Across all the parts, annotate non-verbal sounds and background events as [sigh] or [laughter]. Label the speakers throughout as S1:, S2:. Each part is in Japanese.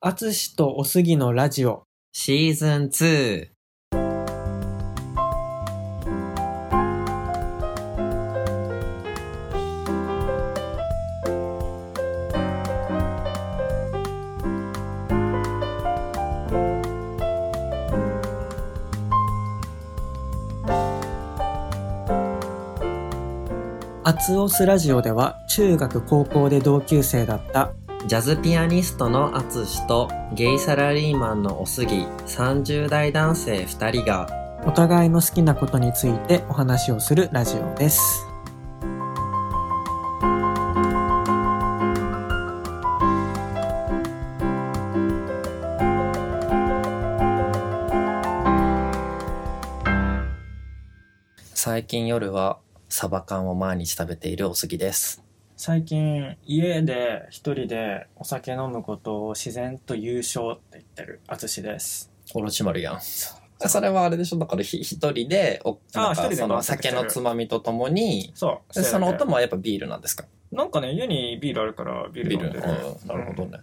S1: あつしとおすぎのラジオ。
S2: シーズン2。
S1: あつおすラジオでは、中学高校で同級生だった、
S2: ジャズピアニストのアツシとゲイサラリーマンのおすぎ30代男性2人が
S1: お互いの好きなことについてお話をするラジオです。
S2: 最近夜はサバ缶を毎日食べているおすぎです
S1: 最近、家で一人でお酒飲むことを自然と優勝って言ってるあつしです。
S2: おろし丸やんそれはあれでしょだからひ一人でおなん
S1: 一人
S2: か
S1: で
S2: その
S1: 回ってきて
S2: 酒
S1: る
S2: のつまみとともに
S1: そう。
S2: でそのお
S1: 音も
S2: 供はやっぱビールなんですか
S1: なんかね、家にビールあるからビール
S2: ビ
S1: 飲
S2: ー
S1: んで
S2: ル
S1: る。
S2: うんなるほど
S1: うん
S2: ね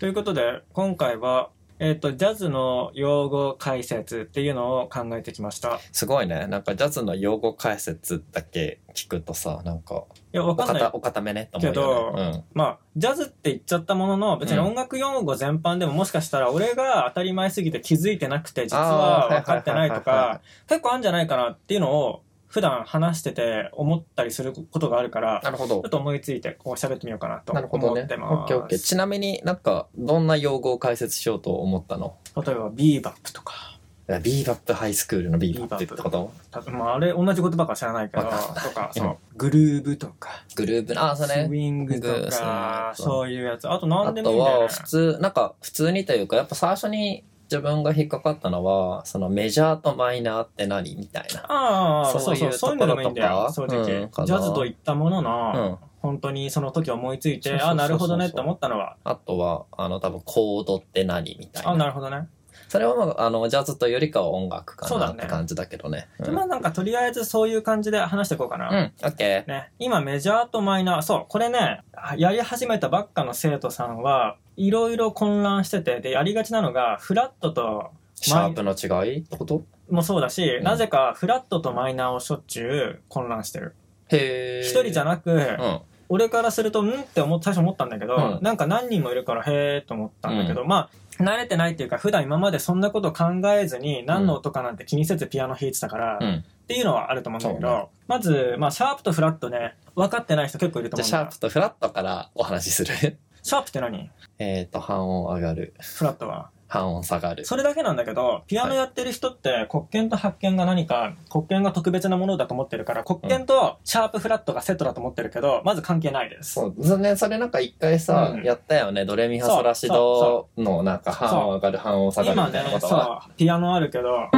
S1: ということで、今回は、えっ、と、ジャズの用語解説っていうのを考えてきました。い
S2: すごいねなんかジャズの用語解説だけ聞くとさなんか
S1: や、わ
S2: お
S1: かんない
S2: 堅お堅めねと思うよね
S1: まあ、ジャズって言っちゃったものの、別に
S2: うん
S1: 音楽用語全般でももしかしたら俺が当たり前すぎて気づいてなくて、実
S2: あ
S1: は
S2: ーはいはいはいはい
S1: 分かってないとか、結構あるんじゃないかなっていうのを普段話してて思ったりすることがあるか
S2: うん
S1: ら、
S2: なるほ
S1: ち
S2: ど
S1: ょっと思いついてこう喋ってみようかなと
S2: なるほど
S1: 思
S2: ね。オ
S1: ってま
S2: ッ
S1: す。
S2: ケーオッケー。ちなみになんか、どんな用語を解説しようと思ったの
S1: 例えば、ビーバップとか、
S2: いやビーバップハイスクールのビーバップってこと
S1: たまあ、あれ同じ言葉か知らないけど、と
S2: わかんない
S1: か、
S2: うん
S1: そう、グルーブとか、
S2: グループ、あ、
S1: ス
S2: それ
S1: ウ
S2: ね。
S1: ィング
S2: グ
S1: と
S2: ース
S1: か
S2: ね、
S1: そういうやつ。あと
S2: あ
S1: 何でもいい
S2: と
S1: んだよね
S2: は、普通、なんか、普通にというか、やっぱ最初に自分が引っかかったのは、そのメジャーとマイナーって何みたいな。
S1: ああ、そ
S2: そううい
S1: そう、
S2: う
S1: そういうのでもいいんだよ、正
S2: ところとか
S1: 直。
S2: うんかな
S1: ジャズといったものの、
S2: うん。
S1: 本当にその時思いつい
S2: そう
S1: て、
S2: そうそうそう
S1: あなるほどねって思ったのは、
S2: あとは、あの、多分、コードって何みたい
S1: あ
S2: な。
S1: なるほどね。
S2: それは、まあ、あの、ジャズというよりかは音楽か
S1: そうだ
S2: な
S1: ね
S2: って感じだけどね。うん。うん
S1: まあなんかとりあえずそういう感じで話していこうかな。、
S2: オッケー。
S1: ね、今メジャーとマイナー、そう、これね、やり始めたばっかの生徒さんは、いろいろ混乱してて、で、やりがちなのが、フラットと、
S2: シャープの違いってこと
S1: もそうだし、
S2: ん
S1: なぜかフラットとマイナーをしょっちゅう混乱してる。
S2: へー。
S1: 一人じゃなく、
S2: うん。
S1: 俺からすると、んって思っ最初思ったんだけど、
S2: うん
S1: なんか何人もいるから、へーと思ったんだけど、まあ、慣れてないっていうか、普段今までそんなこと考えずに、何の音かなんて気にせずピアノ弾いてたから、
S2: う
S1: っ
S2: ん。
S1: ていうのはあると思うんだけど、
S2: そうね
S1: まず、まあ、シャープとフラットね、分かってない人結構いると
S2: じゃあ
S1: 思うん
S2: シ
S1: だ
S2: ャープとフラットからお話しす [laughs] る。
S1: シャープって何
S2: えっと、半音上がる。
S1: フラットは。
S2: 半音下がる。
S1: それだけなんだけど、ピアノやってる人って、黒鍵と発鍵が何か、黒鍵が特別なものだと思ってるから、黒鍵とシャープフラットがセットだと思ってるけど、まず関係ないです。
S2: そう、それね、それなんか一回さ、
S1: うん
S2: やったよね。ドレミファソラシドのなんか
S1: そう
S2: 半音上がる、半音下がる
S1: 今
S2: みたいな
S1: ね
S2: ことは。
S1: そうピアノあるけど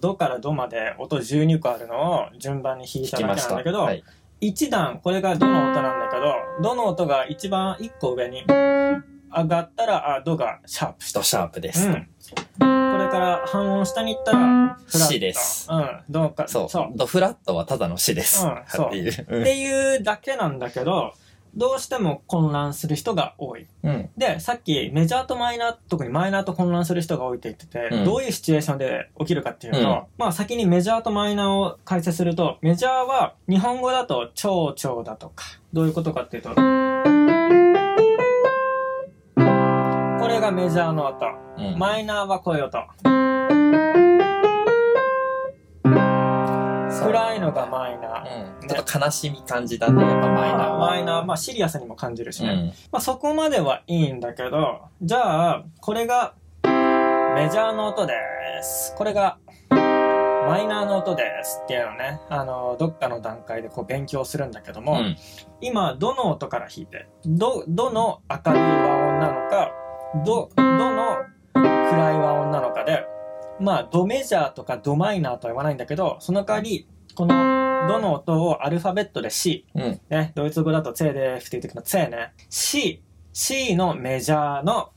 S1: ドからドまで音12個あるのを順番に弾い
S2: 聞
S1: た
S2: き
S1: だ
S2: ま
S1: け
S2: し
S1: なん
S2: た。
S1: だけど、
S2: はい。
S1: 1段これがドの音なんだけどドの音が一番1個上に上がったらあドがシャープし
S2: とシャープで
S1: た、
S2: す。
S1: うん、これから半音下に行ったらフラット
S2: シです
S1: うんドか
S2: そう。ドフラットはただの詩です。
S1: うんそう
S2: っていう。
S1: うっていうだけなんだけどどうしても混乱する人が多い
S2: うんうん。
S1: で、さっきメジャーとマイナー、特にマイナーと混乱する人が多いって言ってて、
S2: うん
S1: どういうシチュエーションで起きるかっていうと、
S2: うん
S1: まあ先にメジャーとマイナーを解説すると、メジャーは日本語だと蝶々だとか、どういうことかっていうと、これがメジャーの音。
S2: うん
S1: マイナーはこういう音。
S2: そう
S1: 暗いのがマイナー。
S2: うん。ちょっと悲しみ感じたね、やっぱマイナーは。
S1: マイナー、まあシリアスにも感じるしね。
S2: うん。
S1: まあそこまではいいんだけど、じゃあ、これがメジャーの音です。これがマイナーの音ですっていうのね、あの、どっかの段階でこう勉強するんだけども、
S2: うん
S1: 今、どの音から弾いて、ど、どの明るい和音なのか、ど、どの暗い和音なのかで、まあ、ドメジャーとかドマイナーとは言わないんだけど、その代わり、この、どの音をアルファベットで C、
S2: うん。
S1: ね、ドイツ語だとツェーデーフっていう時のツェーね。C、C のメジャーの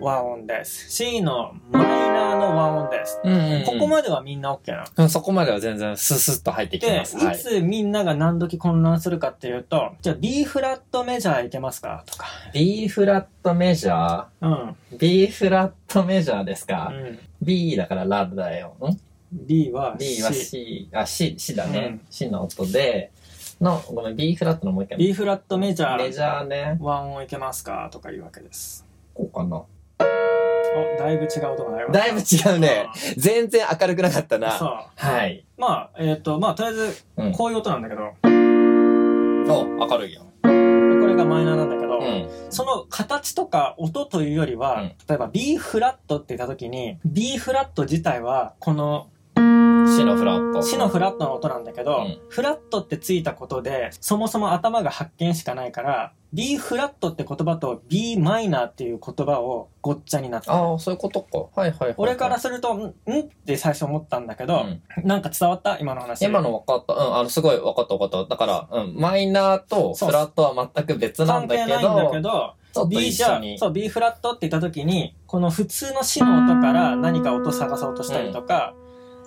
S1: 和音です。C のマイナーの和音です。
S2: うんうんうん
S1: ここまではみんな OK なの。
S2: うんそこまでは全然ススッと入ってきて
S1: で、
S2: ます。はい
S1: い、つみんなが何時混乱するかっていうと、じゃあ B フラットメジャーいけますかとか。
S2: B フラットメジャ
S1: うん。
S2: ー ?B フラットメジャーです
S1: う
S2: か、
S1: ん、
S2: ?B だからラだよ。ん
S1: B は
S2: ?B は C、あ、C、C だね。
S1: うん
S2: C の音で、の、ごめん、B フラットのもう一回。
S1: B フラットメジャー。
S2: メジャーね。
S1: 和音いけますかとかいうわけです。
S2: こうかな。
S1: お、だいぶ違う音がないわ。
S2: だいぶ違うね。全然明るくなかった
S1: うん。そ
S2: な。
S1: う。
S2: はい。
S1: まあ、えっ、と、まあ、とりあえず
S2: うん、
S1: こういう音なんだけど、
S2: お、明るいよ。
S1: これがマイナーなんだけど、
S2: うん。
S1: その形とか音というよりは、
S2: うん
S1: 例えば B フラットって言った時に、B フラット自体は、この
S2: C のフラット。
S1: 死のフラットの音なんだけど、
S2: うん
S1: フラットってついたことで、そもそも頭が発見しかないから、B フラットって言葉と B マイナーっていう言葉をごっちゃになってる。
S2: ああ、そういうことか。はいはいはい、はい。
S1: 俺からすると、んんって最初思ったんだけど、
S2: うん
S1: なんか伝わった今の話。
S2: 今の分かった。うん、あの、すごい分かった分かった。だから、うん、マイナーとフラットは全く別な
S1: 関
S2: んだ
S1: 係
S2: け
S1: ないんだけ
S2: ど、
S1: ど、
S2: ちょっと
S1: B
S2: 一
S1: じゃ
S2: 緒に。
S1: そう B フラットって言った時にこの普通の C の音から何か音探そうとしたりとか、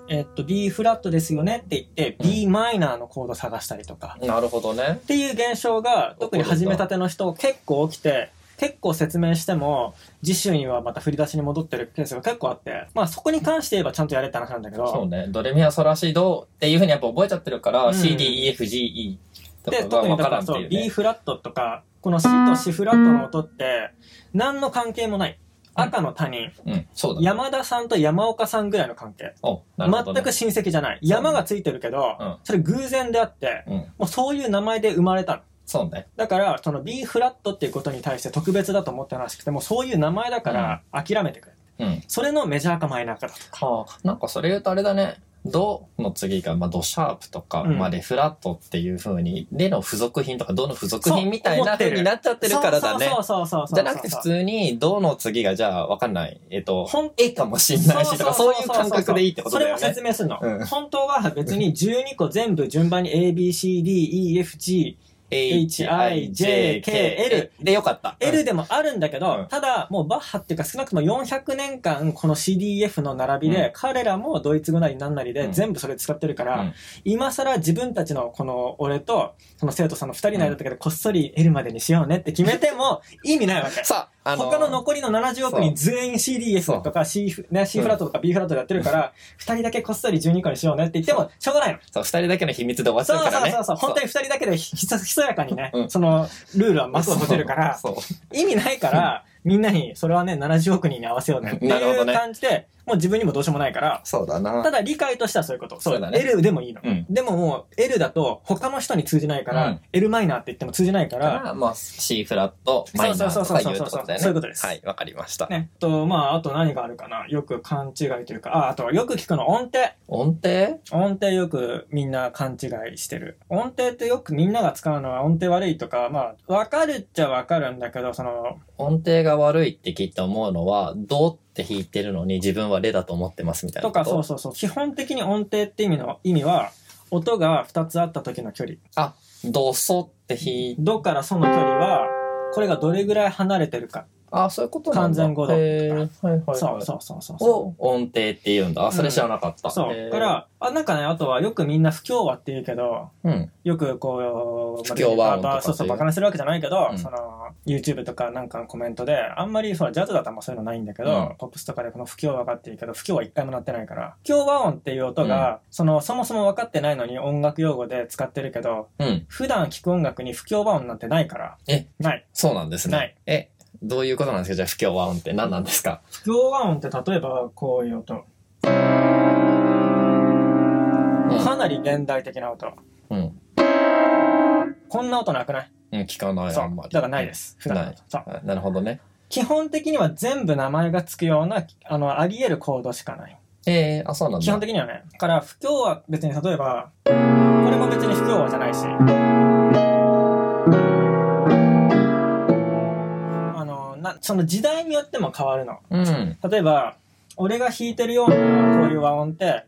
S1: えっと B フラットですよねって言って、
S2: うん
S1: B マイナーのコード探したりとか
S2: なるほどね。
S1: っていう現象が特に始めたての人結構起きて結構説明しても次週にはまた振り出しに戻ってるケースが結構あってまあそこに関して言えばちゃんとやれって話なんだけ
S2: そう
S1: ど
S2: ね。ドレミアソラシドっていうふうにやっぱ覚えちゃってるから、
S1: うん
S2: C, D, E, F, G, E と
S1: で
S2: かが
S1: 特に
S2: 分
S1: だ
S2: か
S1: からら
S2: んって
S1: そ
S2: いうう
S1: B
S2: ね。
S1: フラットとかこの C と C フラットの音って何の関係もない赤の他人、
S2: うん、そうだね。
S1: 山田さんと山岡さんぐらいの関係。
S2: お、なるほど、ね。
S1: 全く親戚じゃない。山がついてるけど、
S2: うん
S1: それ偶然であって、
S2: うん、
S1: もうそういう名前で生まれたの。
S2: そうね。
S1: だから、その B フラットっていうことに対して特別だと思ってらしくて、もうそういう名前だから諦めてくれ。
S2: うん。
S1: それのメジャーかマイナーかだと。
S2: はあ、なんかそれ言うとあれだね。ドの次が、まあ、ドシャープとか、
S1: うん
S2: まあ、レフラットっていうふうに、レの付属品とか、ドの付属
S1: そう
S2: 品みたい
S1: 思
S2: な
S1: って
S2: 風
S1: る
S2: になっちゃってるからだね。
S1: そうそうそうそうそうそう。
S2: じゃなくて普通に、どの次がじゃあ、わかんない。えっと、
S1: ほん
S2: 絵かもしんないしとか、そういう感覚でいいってことだよね。
S1: それも説明するの。
S2: うん
S1: 本当は別に12個全部順番に A, B, C, D, E, F, G, H I J K L
S2: でよかった。
S1: L でもあるんだけど、
S2: うん
S1: ただもうバッハっていうか少なくとも400年間この CDF の並びで、
S2: う
S1: 彼らもドイツ語なりなんなり
S2: う
S1: で
S2: ん
S1: 全部それ使ってるから、
S2: うん
S1: 今更自分たちのこの俺とその生徒さんの2人の間だけどこっそり L までにしようねって決めても意味ないわけ。
S2: さあ、あの、
S1: 他の残りの70億人全員 CDF とか C,、ね、C フラットとか B フラットでやってるから、2人だけこっそり12個にしようねって言ってもしょうがないの。
S2: そう、二人だけの秘密で終わっち
S1: そう
S2: ゃう
S1: そ
S2: か
S1: う
S2: らね。
S1: そうそう。本当に2人だけでひひそひそやかにね、
S2: うん
S1: そのルールは幕を閉じるから、
S2: そう。
S1: 意味ないから、みんなに、それはね、70億人に合わせようねってい
S2: なるほど
S1: う
S2: ね
S1: 感じで、もう自分にもどうしようもないから、
S2: そうだな
S1: た。だ理解としてはそういうこと。
S2: そうだね
S1: L でもいいの。
S2: うん。
S1: でももう L だと他の人に通じないか
S2: う
S1: ら
S2: ん、
S1: L マイナーって言っても通じないか、
S2: だからら、まあ、C フラット、マイナーとかいうって
S1: そう
S2: ことだよね。
S1: そうそうそうそういうことです
S2: はい、わかりました。
S1: ね、と、まあ、あと何があるかな。よく勘違いというか、あ、あとよく聞くの音程。
S2: 音程
S1: 音程よくみんな勘違いしてる。音程ってよくみんなが使うのは音程悪いとか、まあ、わかるっちゃわかるんだけど、その、
S2: 音程が悪いってきっと思うのは、ドって弾いてるのに自分はレだと思ってますみたいな
S1: と
S2: こと。
S1: か、そうそうそう。基本的に音程って意味の、意味は、音が2つあった時の距離。
S2: あ、ドソって弾い
S1: ドからソの距離は、これがどれぐらい離れてるか。
S2: あ、そういうことな
S1: 完
S2: んだ。
S1: 全語だ
S2: へーはいはいはい。
S1: そうそうそうそうそう。
S2: を音程って言うんだ。あ、それ知らなかった。
S1: そう。
S2: へー
S1: だか、ら、あ、なんかね、あとはよくみんな不協和って言うけど、
S2: うん。
S1: よくこう、
S2: 不協和音とか
S1: まあそうそう、バカにするわけじゃないけど、
S2: うん
S1: その、YouTube とかなんかのコメントで、あんまり、そう、ジャズだとあんまそういうのないんだけど、
S2: うん
S1: ポップスとかでこの不協和がっていうけど、不協和一回も鳴ってないから、不協和音っていう音が、その、そもそも分かってないのに音楽用語で使ってるけど、
S2: うん。
S1: 普段聞く音楽に不協和音なんてないから。
S2: え
S1: ない。
S2: そうなんですね。
S1: ない
S2: え、どういうことなんですかじゃあ不協和音って何なんですか
S1: 不協和音って例えばこういう音。かなり現代的な音。
S2: うん。うん。
S1: こんな音なくない
S2: うん、聞かない、
S1: そ
S2: あ
S1: うん
S2: まり。。
S1: だからないです。普段
S2: な
S1: の
S2: い
S1: 音。そう。
S2: あなるほどね。
S1: 基本的には全部名前がつくような、あの、あり得るコードしかない。
S2: えー、あ、そうなんだ。
S1: 基本的にはね。だから、不協和、別に例えば、これも別に不協和じゃないし。あの、な、その時代によっても変わるの。
S2: うん。
S1: 例えば、俺が弾いてるようなこういう和音って、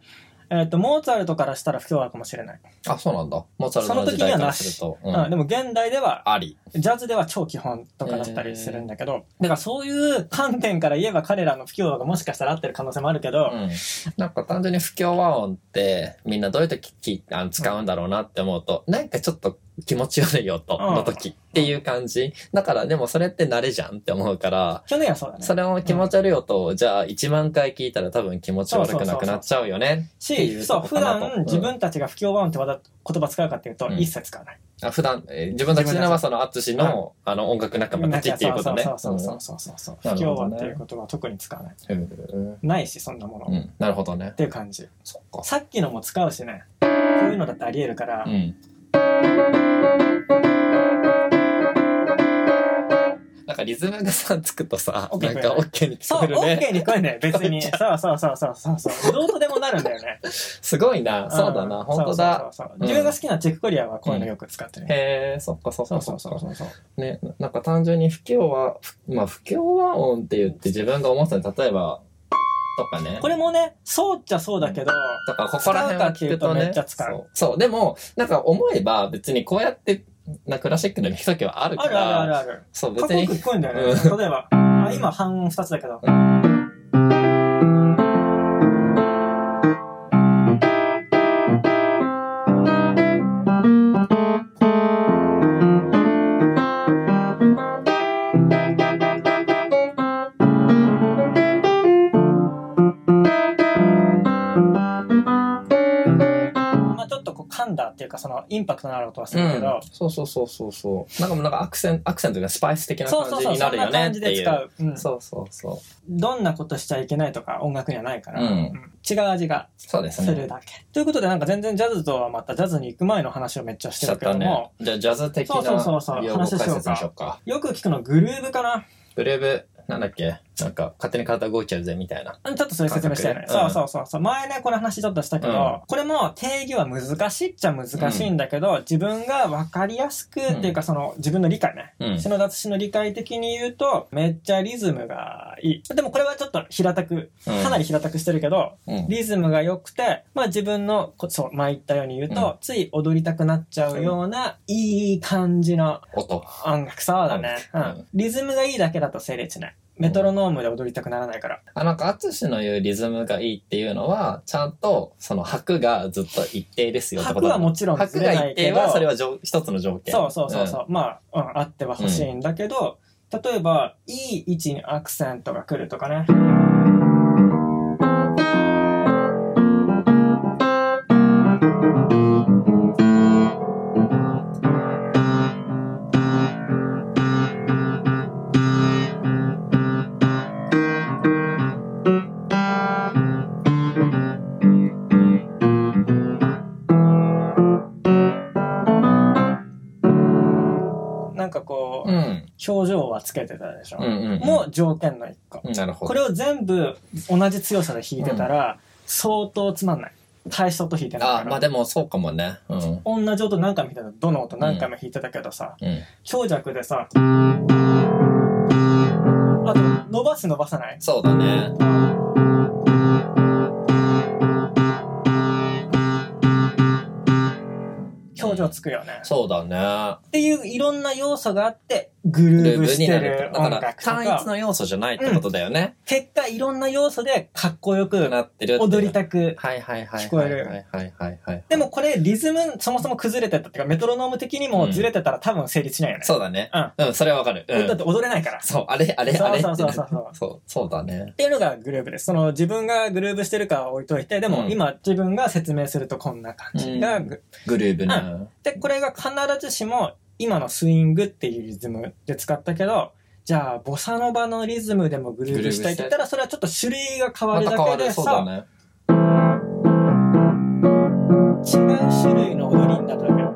S1: えっと、モーツァルトからしたら不協和かもしれない。
S2: あ、そうなんだ。モーツァルトの時代からすると。う
S1: うん、
S2: ん
S1: でも現代では、
S2: あり。
S1: ジャズでは超基本とかだったりするんだけど、だからそういう観点から言えば彼らの不協和がもしかしたら合ってる可能性もあるけど、
S2: うんなんか単純に不協和音ってみんなどういう時きあの使うんだろうなって思うと、なんかちょっと気持ち悪い音の時っていう感じ。だからでもそれって慣れじゃんって思うから、
S1: 去年はそうだね。
S2: それを気持ち悪い音をじゃあ1万回聞いたら多分気持ち悪くなくなっちゃうよね。っていう
S1: し、
S2: と
S1: そう、
S2: こ
S1: 普
S2: かなと
S1: 段
S2: うん
S1: 自分たちが不協和音ってわざ言葉使うかっていうと、
S2: うん
S1: 一切使わない。
S2: あ普段、えー自分たちのはその淳のあの音楽仲間たちっていうことね。
S1: そうそうそうそうそうそうそう。
S2: な
S1: 不
S2: る
S1: 協
S2: ほ
S1: 和
S2: ど
S1: って
S2: ね
S1: いう言葉は特に使わない。
S2: うんうん
S1: ないし、そんなもの。
S2: う
S1: っ
S2: ん、なるほどね。
S1: ていう感じ。
S2: そっか。
S1: さっきのも使うしね、こういうのだってあり得るから、
S2: うん。なんかリズムがさ、つくとさ、
S1: OK
S2: なんか OK に聞
S1: そ
S2: こ
S1: う、
S2: えるね。
S1: OK に聞こえんだよ、別に。
S2: 聞
S1: [laughs] そ
S2: こ
S1: うそうそうそうそうそう。どうとでもなるんだよ [laughs] ね。
S2: すごいな。そうだな。
S1: ん
S2: 本当だ。。
S1: そうそうそうそう
S2: うん
S1: 自分が好きなチェックコリアはこういうのよく使ってるね。
S2: へえ、そっかそっ
S1: そ
S2: か
S1: う
S2: そ
S1: そ
S2: っ
S1: うそう
S2: か。
S1: そうそう。
S2: ね、なんか単純に不協和、ふまあ不協和音って言って自分が思ってたの例えば、とかね。
S1: これもね、そうっちゃそうだけど、
S2: とか、ここら辺は
S1: 使うか
S2: 聞くと
S1: っていうとめっ
S2: ね。
S1: ちゃ使う
S2: そう。そうでも、なんか思えば別にこうやって、なクラシックの弾くときはある
S1: あ
S2: か
S1: るある
S2: ら、
S1: あるある。
S2: そう、
S1: かっ
S2: 別
S1: こよ
S2: に
S1: く聞こえんだよね。例えば、あ今半音二つだけど。まあちょっとこう噛んだっていうかそのインパクトのある音はするけど、
S2: そうそうそうそうそうなんかもうなんかアクセンアクセントがスパイス的な
S1: そうそう
S2: 感じ
S1: そう、
S2: に
S1: そ
S2: なんる
S1: な
S2: よねっ
S1: 感じ
S2: て
S1: で
S2: い
S1: 使
S2: う
S1: う。うん
S2: そうそうそう
S1: どんなことしちゃいけないとか音楽にはないから、
S2: うん
S1: 違う味が
S2: そうです
S1: す
S2: ね
S1: るだけ。ということで、なんか全然ジャズとはまたジャズに行く前の話をめっちゃし
S2: してちゃ
S1: る
S2: っ
S1: けど
S2: た
S1: も、
S2: ねじゃあジャズ的な
S1: そうそうそうそう
S2: 用語解説にしようか
S1: よく聞くのグルーブかな
S2: グレーブなんだっけなんか勝手に体動いちゃうぜみたいな
S1: うんちょっとそれ説明したよね。
S2: 感覚
S1: そ
S2: ね
S1: うそうそうそう。前ね、この話ちょっとしたけど、
S2: うん
S1: これも定義は難しいっちゃ難しいんだけど、自分が分かりやすくっていうか、その自分の理解ね。
S2: うん
S1: 篠田氏の理解的に言うと、めっちゃリズムがいい。でもこれはちょっと平たく、
S2: うん
S1: かなり平たくしてるけど、
S2: うん
S1: リズムが良くて、まあ自分の、こそう、前言ったように言うと、
S2: う
S1: つい踊りたくなっちゃうような、いい感じの
S2: 音
S1: 音楽、そうだね。う
S2: うん
S1: ん。リズムがいいだけだと成立しない。メトロノームで踊りたくならないから。
S2: あなんか淳の言うリズムがいいっていうのはちゃんとその拍がずっと一定ですよってこ
S1: 拍
S2: と
S1: は
S2: だ
S1: もちろんず
S2: 拍
S1: れ
S2: が
S1: ない
S2: 一
S1: け
S2: 定
S1: ど、
S2: はそれは条一つの条件
S1: そうそうそうそう、まあ、うん、あっては欲しいんだけど、例えば、いい位置にアクセントが来るとかね。なんかこう、
S2: うん、うん
S1: 表情はつけてたでしょ。
S2: うんうん
S1: もう条件の一個。
S2: うんなるほ
S1: こ
S2: ど
S1: れを全部同じ強さで弾いてたら、相当つまんない。大した音弾いてないから。
S2: あまあでもそうかもねうんうん
S1: 同じ音何回も弾いてたどの音何回も弾いてたけどさ、強弱でさあと伸ばす伸ばさない
S2: そうだね
S1: 表情つくよね、
S2: そうだね。
S1: っていういろんな要素があってグルーブしてる
S2: だか
S1: 音
S2: ら
S1: 楽と
S2: 単一
S1: か
S2: の要素じゃないってことだよね。
S1: 結果いろんな要素でかっこよく
S2: なってるっていう。
S1: 踊りたく
S2: はいはいはいはい。
S1: 聞こえる
S2: はいはいはいはい。
S1: でもこれリズムそもそも崩れてたっていうかメトロノーム的にもずれてたら多分成立しないよね、
S2: そうだね。うん、それはわかる。う
S1: だっ
S2: ん。
S1: て踊れないから
S2: そう、あれあれあれ
S1: そうそうそうそう
S2: そう、そうだね
S1: っ。ていうのがグルーブです。その自分がグルーブしてるかは置いといて、でも
S2: うん
S1: 今自分が説明するとこんな感じが、
S2: うんグルーヴね。
S1: で、これが必ずしも今のスイングっていうリズムで使ったけど、じゃあ、ボサノバのリズムでもグルーブしたいって言ったら、それはちょっと種類が変わ
S2: ま
S1: る
S2: た
S1: だ
S2: 変わ
S1: けで
S2: る。そう
S1: さ、
S2: だね。
S1: 違う種類の踊りになるわけよ。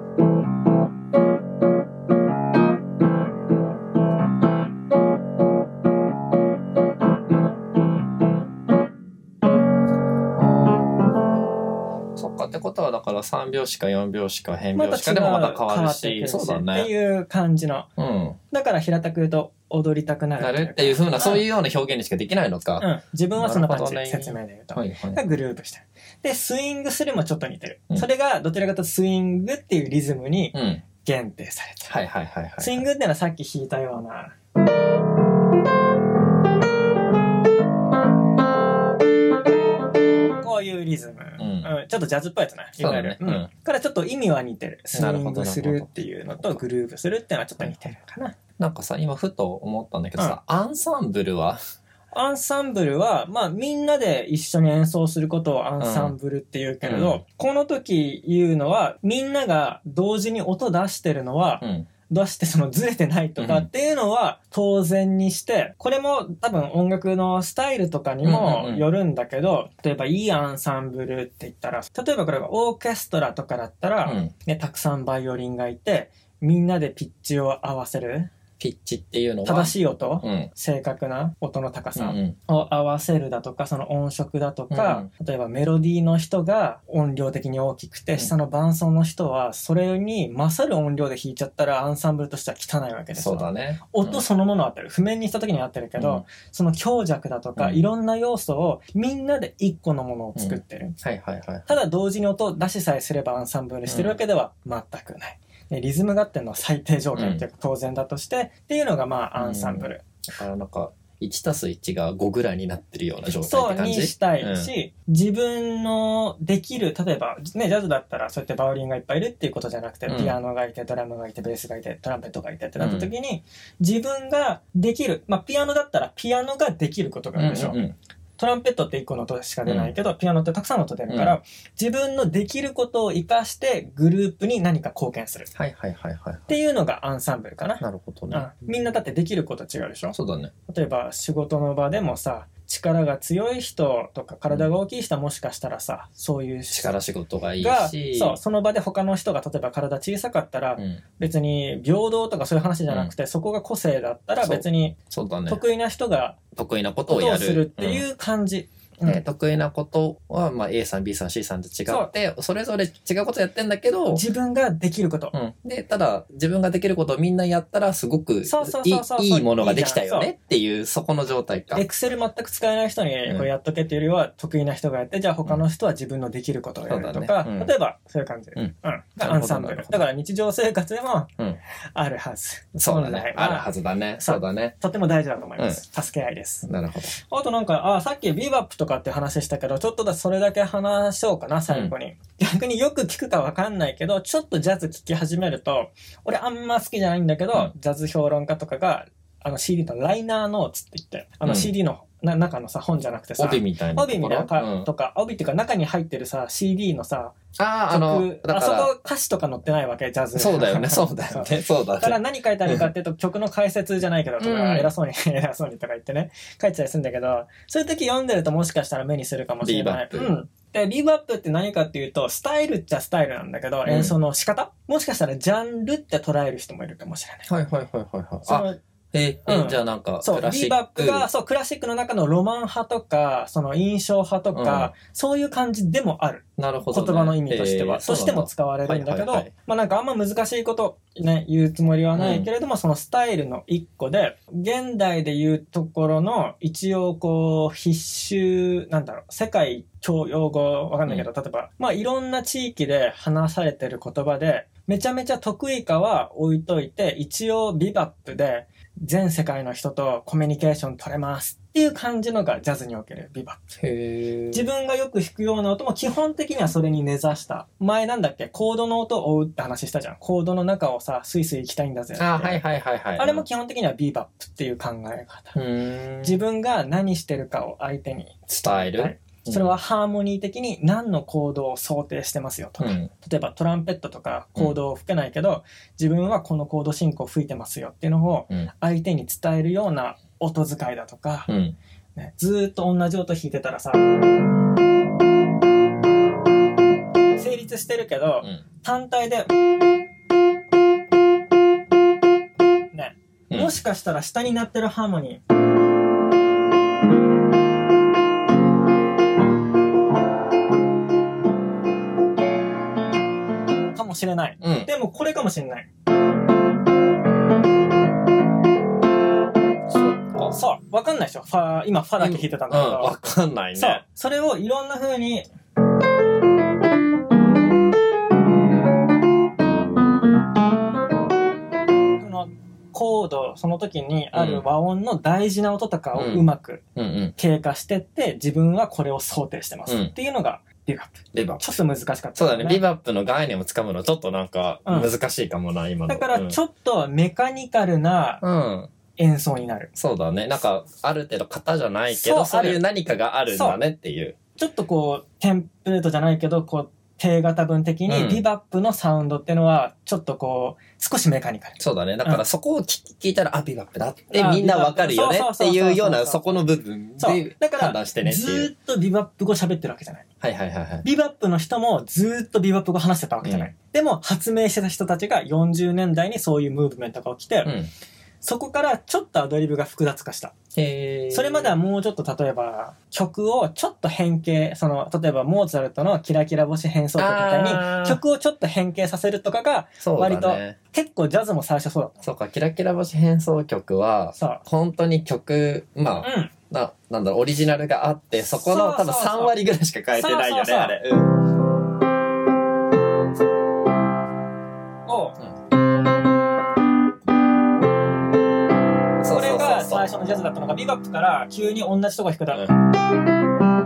S2: そっかってことはだから3拍子か4拍子か変
S1: ま
S2: 拍
S1: た
S2: 子か
S1: 違
S2: で
S1: う
S2: もまた変わる
S1: ってく
S2: し。
S1: るし
S2: そうだ
S1: って
S2: ね。
S1: いう感じの。
S2: うん。
S1: だから平たく言うと、踊りたくなる
S2: なるっていうふうな、そういううような表現にしかできないの
S1: か、う
S2: か。
S1: ん、自分はそんな感じ、
S2: なるほどね
S1: 説明で言うと、
S2: はいはい
S1: がグループしてるでスイングするもちょっと似てる、
S2: うん
S1: それがどちらかというとスイングっていうリズムに
S2: うん。はい
S1: 限定されてる、
S2: はいはいはい。
S1: スイングってのはさっき弾いたようなこういうリズム、
S2: うん
S1: うんちょっとジャズっぽいやつな
S2: そうだね
S1: いわゆる
S2: うん
S1: からちょっと意味は似てるスイ
S2: なるほ
S1: ン
S2: ど
S1: グするっていうのとグループするっていうのはちょっと似てるかな
S2: なんかさ、今ふと思ったんだけどさ、アンサンブルは、
S1: アンサンブルは、まあ、みんなで一緒に演奏することをアンサンブルって言うけれど、
S2: うん
S1: この時言うのはみんなが同時に音出してるのは、
S2: うん。
S1: 出してそのずれてないとか
S2: うん
S1: っていうのは当然にして、これも多分音楽のスタイルとかに
S2: うん
S1: も
S2: うんうん
S1: よるんだけど、例えばいいアンサンブルって言ったら、例えばこれがオーケストラとかだったら、
S2: うん
S1: ね、たくさんバイオリンがいて、みんなでピッチを合わせる、
S2: ピッチっていうのは、
S1: 正
S2: い。
S1: しい音、
S2: うん。
S1: 正確な音の高
S2: うん
S1: さ
S2: うん
S1: を合わせるだとか、その音色だとか、例えばメロディーの人が音量的に大きくて、
S2: うん
S1: 下の伴奏の人はそれに勝る音量で弾いちゃったらアンサンブルとしては汚いわけですよ
S2: そうだね。
S1: 音そのものは合ってる。譜面にした時には合ってるけど、
S2: うん
S1: その強弱だとか、
S2: うん
S1: いろんな要素をみんなで一個のものを作ってる。
S2: はいはいはい。
S1: ただ同時に音を出しさえすればアンサンブルしてるわけでは全くない。でリズムが合ってるのは最低条件っていうか当然だとして、っていうのがまあアンサンブル。
S2: だからなんか、1たす1が5ぐらいになってるような状態
S1: そ
S2: っ
S1: う
S2: て感
S1: に
S2: じ
S1: したいし、自分のできる、例えば、ね、ジャズだったらそうやってバイオリンがいっぱいいるっていうことじゃなくて、
S2: うん
S1: ピアノがいて、ドラムがいて、ベースがいて、トランペットがいてってなった時に、自分ができる、まあ、ピアノだったらピアノができることがあるでしょ。
S2: うんうんうん
S1: トランペットって1個の音しか出ないけど、ピアノってたくさんの音出るから、
S2: う
S1: 自分のできることを活かしてグループに何か貢献する。っ
S2: はいはいはいはい。
S1: ていうのがアンサンブルかな。
S2: なるほど
S1: う
S2: ね
S1: ん。みんなだってできること違うでしょ
S2: そうだね。
S1: 例えば仕事の場でもさ力が強い人とか体が大きい人はもしかしたらさそういう人
S2: 力仕事がいい
S1: が
S2: し、
S1: そうその場で他の人が例えば体小さかったら、
S2: うん
S1: 別に平等とかそういう話じゃなくて、そこが個性だったら
S2: そう
S1: 別に
S2: そうだね。
S1: 得意な人が
S2: 得意なこと
S1: こ
S2: を
S1: と
S2: や
S1: を
S2: る。
S1: するって
S2: うん
S1: いう感じ、うん
S2: で得意なことは、まあ、A さん、B さん、C さんと違って、それぞれ違うことやってんだけど、
S1: 自分ができること、
S2: うん、で、ただ、自分ができることをみんなやったら、すごくいい
S1: そうそうそうそう
S2: いいものができたよねっていう、そこの状態か。
S1: エクセル全く使えない人に
S2: うん
S1: これやっとけっていうよりは得意な人がやって、じゃあ他の人は自分のできることをやると
S2: そうだ
S1: か、
S2: ねうん
S1: 例えばそういう感じ、
S2: うん
S1: が
S2: なるほど
S1: アンサンブ
S2: なる
S1: ル
S2: ほど
S1: だから日常生活でも
S2: うん
S1: あるはず、
S2: そうだ
S1: 本来
S2: ね。
S1: は
S2: あるはずだね。
S1: そう
S2: そうだね。
S1: とても大事だと思います、助け合いです
S2: なるほど。
S1: あとなんかあさっきビーバップとかって話したけどちょっとだそれだけ話しようかな最後に、逆によく聞くかわかんないけどちょっとジャズ聞き始めると俺あんま好きじゃないんだけど、
S2: うん
S1: ジャズ評論家とかがあの CD のライナーノーツって言ってあ
S2: う
S1: の
S2: ん
S1: CD の、な中のさ本じゃなくてさ
S2: 帯みたいなところ。
S1: 帯みたいな
S2: う
S1: か
S2: ん
S1: とか、帯っていうか中に入ってるさ CD のさ
S2: ああ、あの
S1: 曲、あ
S2: だ
S1: そ
S2: か
S1: こ歌詞とか載ってないわけジャズ
S2: ら、そうだ
S1: [laughs]
S2: よね、そうだよね、そう
S1: だか
S2: だ
S1: ら
S2: ね。
S1: 何書いてあるかっていうと曲の解説じゃないけどと
S2: う
S1: か
S2: ん
S1: 偉そうに [laughs] 偉そうにとか言ってね書いてたりするんだけどそういう時読んでるともしかしたら目にするかもしれない。
S2: ビー
S1: う
S2: バップ
S1: んでビーバップって何かっていうとスタイルっちゃスタイルなんだけど、
S2: うん
S1: 演奏の仕方もしかしたらジャンルって捉える人もいるかもしれない。
S2: はいはいはいはいはい。
S1: そ
S2: あ、
S1: の
S2: え、え
S1: うん
S2: じゃあなんか、
S1: そう
S2: クラ
S1: ビ
S2: シ
S1: ー
S2: ッ
S1: バッ
S2: ク。
S1: プがそうクラシックの中のロマン派とかその印象派とか、そういう感じでもある。
S2: なるほど
S1: 言
S2: ね。
S1: 葉の意味としては、
S2: えー
S1: としても使われるんだけど、
S2: はいはいはい
S1: まあなんかあんま難しいこと、ね、言うつもりはないけれども、そのスタイルの一個で、現代で言うところの一応こう必修、なんだろう、世界教養語わかんないけど、例えば、まあいろんな地域で話されてる言葉で、めちゃめちゃ得意かは置いといて、一応ビバップで全世界の人とコミュニケーション取れますっていう感じのがジャズにおけるビバップ。
S2: へー
S1: 自分がよく弾くような音も基本的にはそれに根ざした前なんだっけコードの音を追うって話したじゃんコードの中をさスイスイ行きたいんだぜ
S2: あ、はいはいはいはい。
S1: あれも基本的にはビーバップっていう考え方、
S2: うん、
S1: 自分が何してるかを相手に
S2: 伝え
S1: はい
S2: る。
S1: それはハーモニー的に何のコードを想定してますよと
S2: う
S1: か、
S2: ん、
S1: 例えばトランペットとかコードを吹けないけど、自分はこのコード進行を吹いてますよっていうのを
S2: うん、
S1: 相手に伝えるような音遣いだとか、
S2: うん。
S1: ね、ずーっと同じ音弾いてたらさ成立してるけど
S2: うん
S1: 単体で、ね、
S2: うん
S1: もしかしたら下になってるハーモニーかもしれない
S2: うん。
S1: でもこれかもしれないも、そう、わかんないでしょ。ファ、今、ファだけ弾いてたん
S2: う
S1: だけど。
S2: ん、わかんない
S1: そう
S2: ね。、
S1: それをいろんな風に、そのコード、その時にある和音の大事な音とかをうまく
S2: うんうん。
S1: 経過してって、自分はこれを想定してます。
S2: うん
S1: っていうのが、ビバップ。
S2: ビバップ。
S1: ちょっと難しかった、
S2: そうだね、ビバップの概念をつかむのちょっとなんか
S1: うん
S2: 難しいかもな、今の。
S1: だから、ち
S2: ょ
S1: ょっとメカニカルな
S2: うん。
S1: 演奏になる。
S2: そうだね。なんか、ある程度型じゃないけど、
S1: そう
S2: そう
S1: あ
S2: いう
S1: る
S2: 何かがあるんだねっていう。
S1: ちょっとこう、テンプレートじゃないけど、こう、低型分的
S2: うん
S1: に、ビバップのサウンドってのは、ちょっとこう、少しメカニカル。
S2: そうだね。だからそこを聞聞いたら、あ、ビバップだって
S1: あ
S2: みんなわかるよね
S1: ビバップ
S2: っていうよう
S1: そ
S2: な、
S1: うそ
S2: そう
S1: そうそうそう
S2: この部分
S1: そう
S2: で。
S1: だか
S2: 判
S1: ら、
S2: 断し
S1: ず
S2: てねっていう。
S1: ーっとビバップ語喋ってるわけじゃない。
S2: はいはいはいはい。
S1: ビバップの人もずーっとビバップ語話してたわけじゃない。
S2: う
S1: でも、発明してた人たちが40年代にそういうムーブメントが起きて、
S2: うん。
S1: そこからちょっとアドリブが複雑化した。
S2: へー
S1: それまではもうちょっと例えば、曲をちょっと変形、その、例えばモーツァルトのキラキラ星変奏曲みたいに、
S2: あー
S1: 曲をちょっと変形させるとかが、
S2: そうだね
S1: 割。結構ジャズも最初そうだっ
S2: そうか、キラキラ星変奏曲は
S1: た。、さ
S2: 本当に曲、まあ、
S1: あ、うん。
S2: な、なんだろう、オリジナルがあって、そ
S1: そ
S2: こ
S1: う
S2: の
S1: そう
S2: 多
S1: そう
S2: 分3割ぐらいしか変えてないよ
S1: そうそうそ
S2: ね、
S1: う
S2: あれ。うん
S1: を、
S2: そ
S1: こ
S2: うそ
S1: れ
S2: うそ
S1: が
S2: うそ
S1: 最
S2: う。
S1: 初のジャズだったのが、ビバップから急に同じとこ弾くだ
S2: う。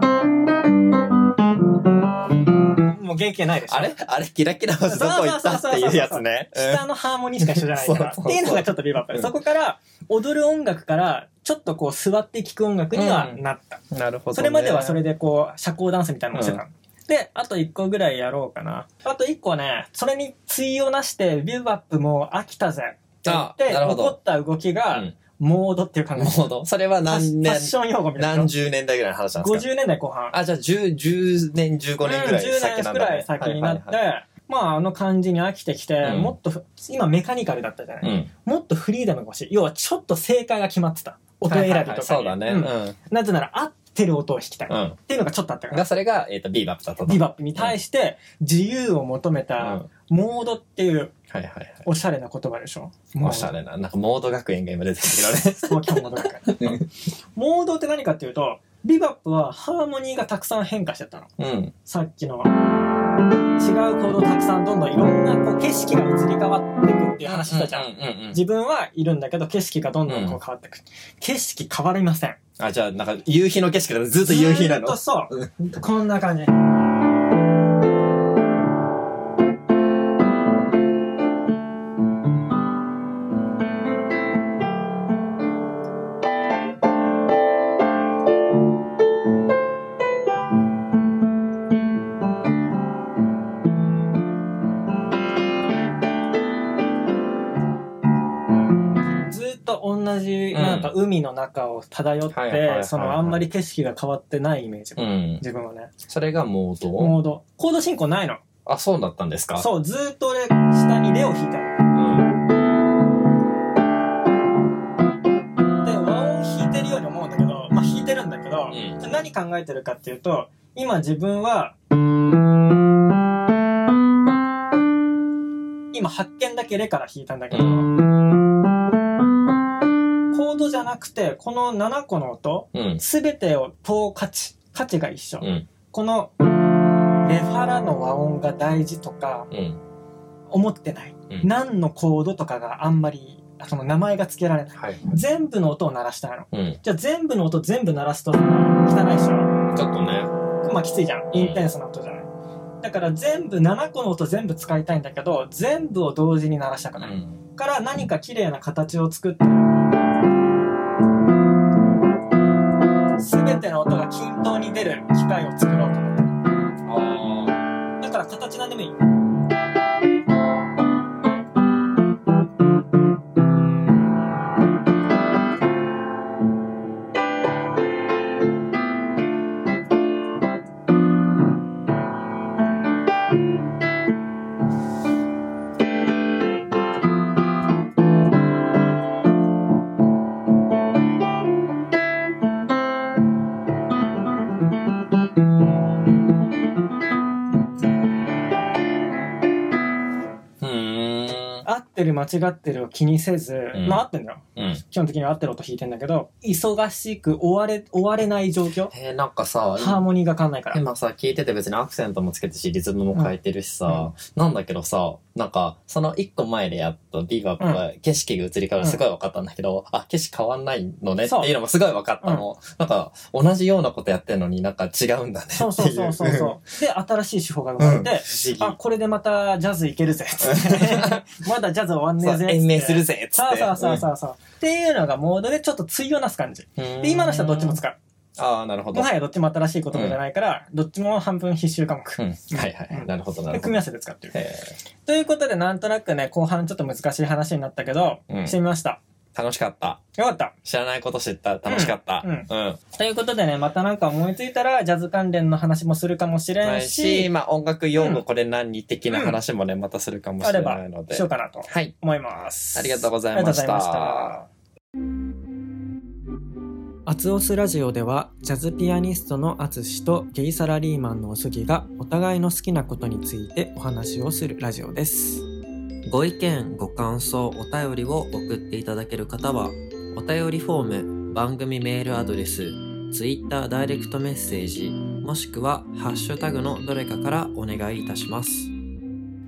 S1: もう原型ないでしょ。
S2: あれあれ、キラキラ星どこ行ったっていうやつね。
S1: 下のハーモニーしか一緒じゃないから。
S2: [laughs] そうそうそう
S1: っていうのがちょっとビバップ
S2: う
S1: で。
S2: ん
S1: そこから、踊る音楽から、ちょっとこう、座って聴く音楽にはなった。
S2: うんなるほどね。
S1: それまではそれ
S2: で。
S1: でこう、社交ダンスみたいなのをしてたの。で、あと1個ぐらいやろうかな。あと1個ね、それに対応なして、ビューバップもう飽きたぜ。って言っ
S2: あ
S1: て、
S2: なるほ
S1: 起
S2: ど
S1: こった動き
S2: う
S1: が
S2: ん、
S1: モードっていう感
S2: なる
S1: じ。
S2: ほど。それは
S1: ファッシファ
S2: 何年
S1: ッ、ション用語みたいな
S2: 何。十年代ぐらいの話なんですか
S1: 50年代後半。
S2: あ、じゃあ10、10年、15年ぐらい先
S1: うん10
S2: な
S1: 年
S2: ん
S1: く
S2: だ
S1: ら
S2: ね。
S1: い先になって、
S2: はいはい
S1: まああの感じに飽きてきて、
S2: うん
S1: もっとふ今メカニカルだったじゃない、
S2: はいうん。
S1: もっとフリーダムが欲しい要はちょっと正解が決まってた音選びとかに、
S2: はいはいはいそうだね。
S1: う
S2: うんん。
S1: なぜなら合ってる音を弾きたい、っ
S2: う
S1: ていうのがちょっとあったか
S2: ん。
S1: ら
S2: が、それが、えっと、ビーバップだったと。
S1: ビバップに対して自由を求め
S2: うん
S1: た
S2: は
S1: モードっていう
S2: いはいはい。
S1: おしゃれな言葉でしょ
S2: おしゃれな。なんか、モード学園が今出てる
S1: モード基本モードだから
S2: けどね。
S1: [laughs] モードって何かっていうとビバップはハーモニーがたくさん変化してたの
S2: うん。
S1: さっきの違う行動たくさんどんどんいろんなこう景色が移り変わってくっていう話したじゃん。
S2: うんうんうんうん
S1: 自分はいるんだけど景色がどんどんこう変わってく。景色変わりません。
S2: あ、じゃあ、なんか、夕日の景色だとずっと夕日
S1: ず
S2: な
S1: ー
S2: の
S1: っとそう。
S2: うん
S1: こんな感じ。ずーっと同じなんか海の中を漂っ
S2: はいはいはいは
S1: て
S2: い
S1: そのあんまり景色が変わってないイメージ、
S2: うん。
S1: 自分はね
S2: それがモード
S1: モードコード進行ないの
S2: あ、そうだったんですか
S1: そうずーっと俺下にレを弾いたの
S2: うん。
S1: で和音弾いてるように思うんだけどまあ弾いてるんだけど、
S2: うん
S1: で何考えてるかっていうと今自分は今発見だけレから弾いたんだけ
S2: う
S1: ど、
S2: ん。
S1: コードじゃなくてこの7個の音
S2: うん。
S1: 全てを等価値価値が一緒、
S2: うん。
S1: このレファラの和音が大事とか
S2: うん。
S1: 思ってない、
S2: うん
S1: 何のコードとかがあんまりその名前が付けられない
S2: はい。
S1: 全部の音を鳴らしたいの
S2: うん。
S1: じゃあ全部の音全部鳴らすと汚いでしょ
S2: ちょっとね。
S1: まあきついじゃんインテンスな音じゃないだから全部7個の音全部使いたいんだけど全部を同時に鳴らしたく
S2: う
S1: ない、
S2: ん。
S1: から何か綺麗な形を作って全ての音が均等に出る機械を作ろうと思ってる
S2: あ
S1: だから形なんでもいい。
S2: あ。
S1: ってる間違ってるを気にせず、
S2: うん
S1: まあ合ってんだよ。
S2: うん。へ
S1: 基本的には合ってる音弾いてんだけど、忙しく追われ、追われない状況
S2: え、なんかさ、
S1: ハーモニーが変わんないから。
S2: 今さ、聞いてて別にアクセントもつけてし、リズムも変えてるしさ、なんだけどさ、なんか、その一個前でやったビーバップは景色が移り変わるすごい分かったんだけど、あ、景色変わんないのねって
S1: そう
S2: いうのもすごい分かったの。なんか、同じようなことやってんのになんか違うんだねってい。
S1: そううそうそうそうそう。で、新しい手法が
S2: [laughs]
S1: 生まれて、
S2: 不
S1: あ、
S2: 思
S1: これでまたジャズいける [laughs] ぜ、つって。まだジャズ終わん
S2: 議。
S1: ねえ
S2: さ
S1: ぜ。
S2: 延命する
S1: ぜ。
S2: ぜっつっ
S1: そう
S2: て。
S1: そうそうそうそう。っていうのがモードでちょっと対をなす感じ。
S2: うん
S1: で、今の人はどっちも使う。
S2: ああ、なるほど。
S1: も
S2: は
S1: はいやどっちも新しい言葉じゃないから、どっちも半分必修
S2: [laughs]
S1: 科目。
S2: うん、はいは
S1: うん
S2: い。なるほど、な
S1: で
S2: るほ
S1: 組み
S2: ど。
S1: 合わせて使ってる。
S2: え
S1: ということで、なんとなくね、後半ちょっと難しい話になったけど、
S2: うん
S1: してみました。
S2: ー楽しかった。
S1: よかった。
S2: 知らないこと知った。楽しかった。
S1: うんうん
S2: うん
S1: ということでね、またなんか思いついたら、ジャズ関連の話もするかもしれ
S2: なんいし、
S1: し、
S2: まあ音楽用
S1: う
S2: 語
S1: ん
S2: これ何的な話もね、またするかも
S1: あ
S2: し
S1: れ
S2: れ
S1: ば
S2: ないの、で。
S1: しようかなと
S2: はい。
S1: 思います。
S2: ありがとうございました
S1: ありがとうございました。アツオスラジオではジャズピアニストのアツシとゲイサラリーマンのおすぎがお互いの好きなことについてお話をするラジオです。
S3: ご意見、ご感想、お便りを送っていただける方は、お便りフォーム、番組メールアドレス、Twitter ダイレクトメッセージ、もしくは、ハッシュタグのどれかからお願いいたします。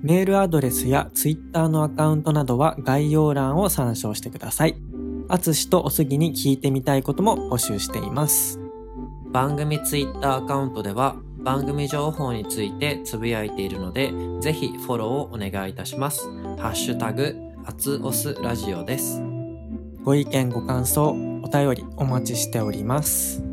S1: メールアドレスやツイッターのアカウントなどは概要欄を参照してください。アツシとおすぎに聞いてみたいことも募集しています。
S3: 番組 Twitter アカウントでは、番組情報についてつぶやいているので、ぜひフォローをお願いいたします。ハッシュタグ、アツオスラジオです。
S1: ご意見ご感想お便りお待ちしております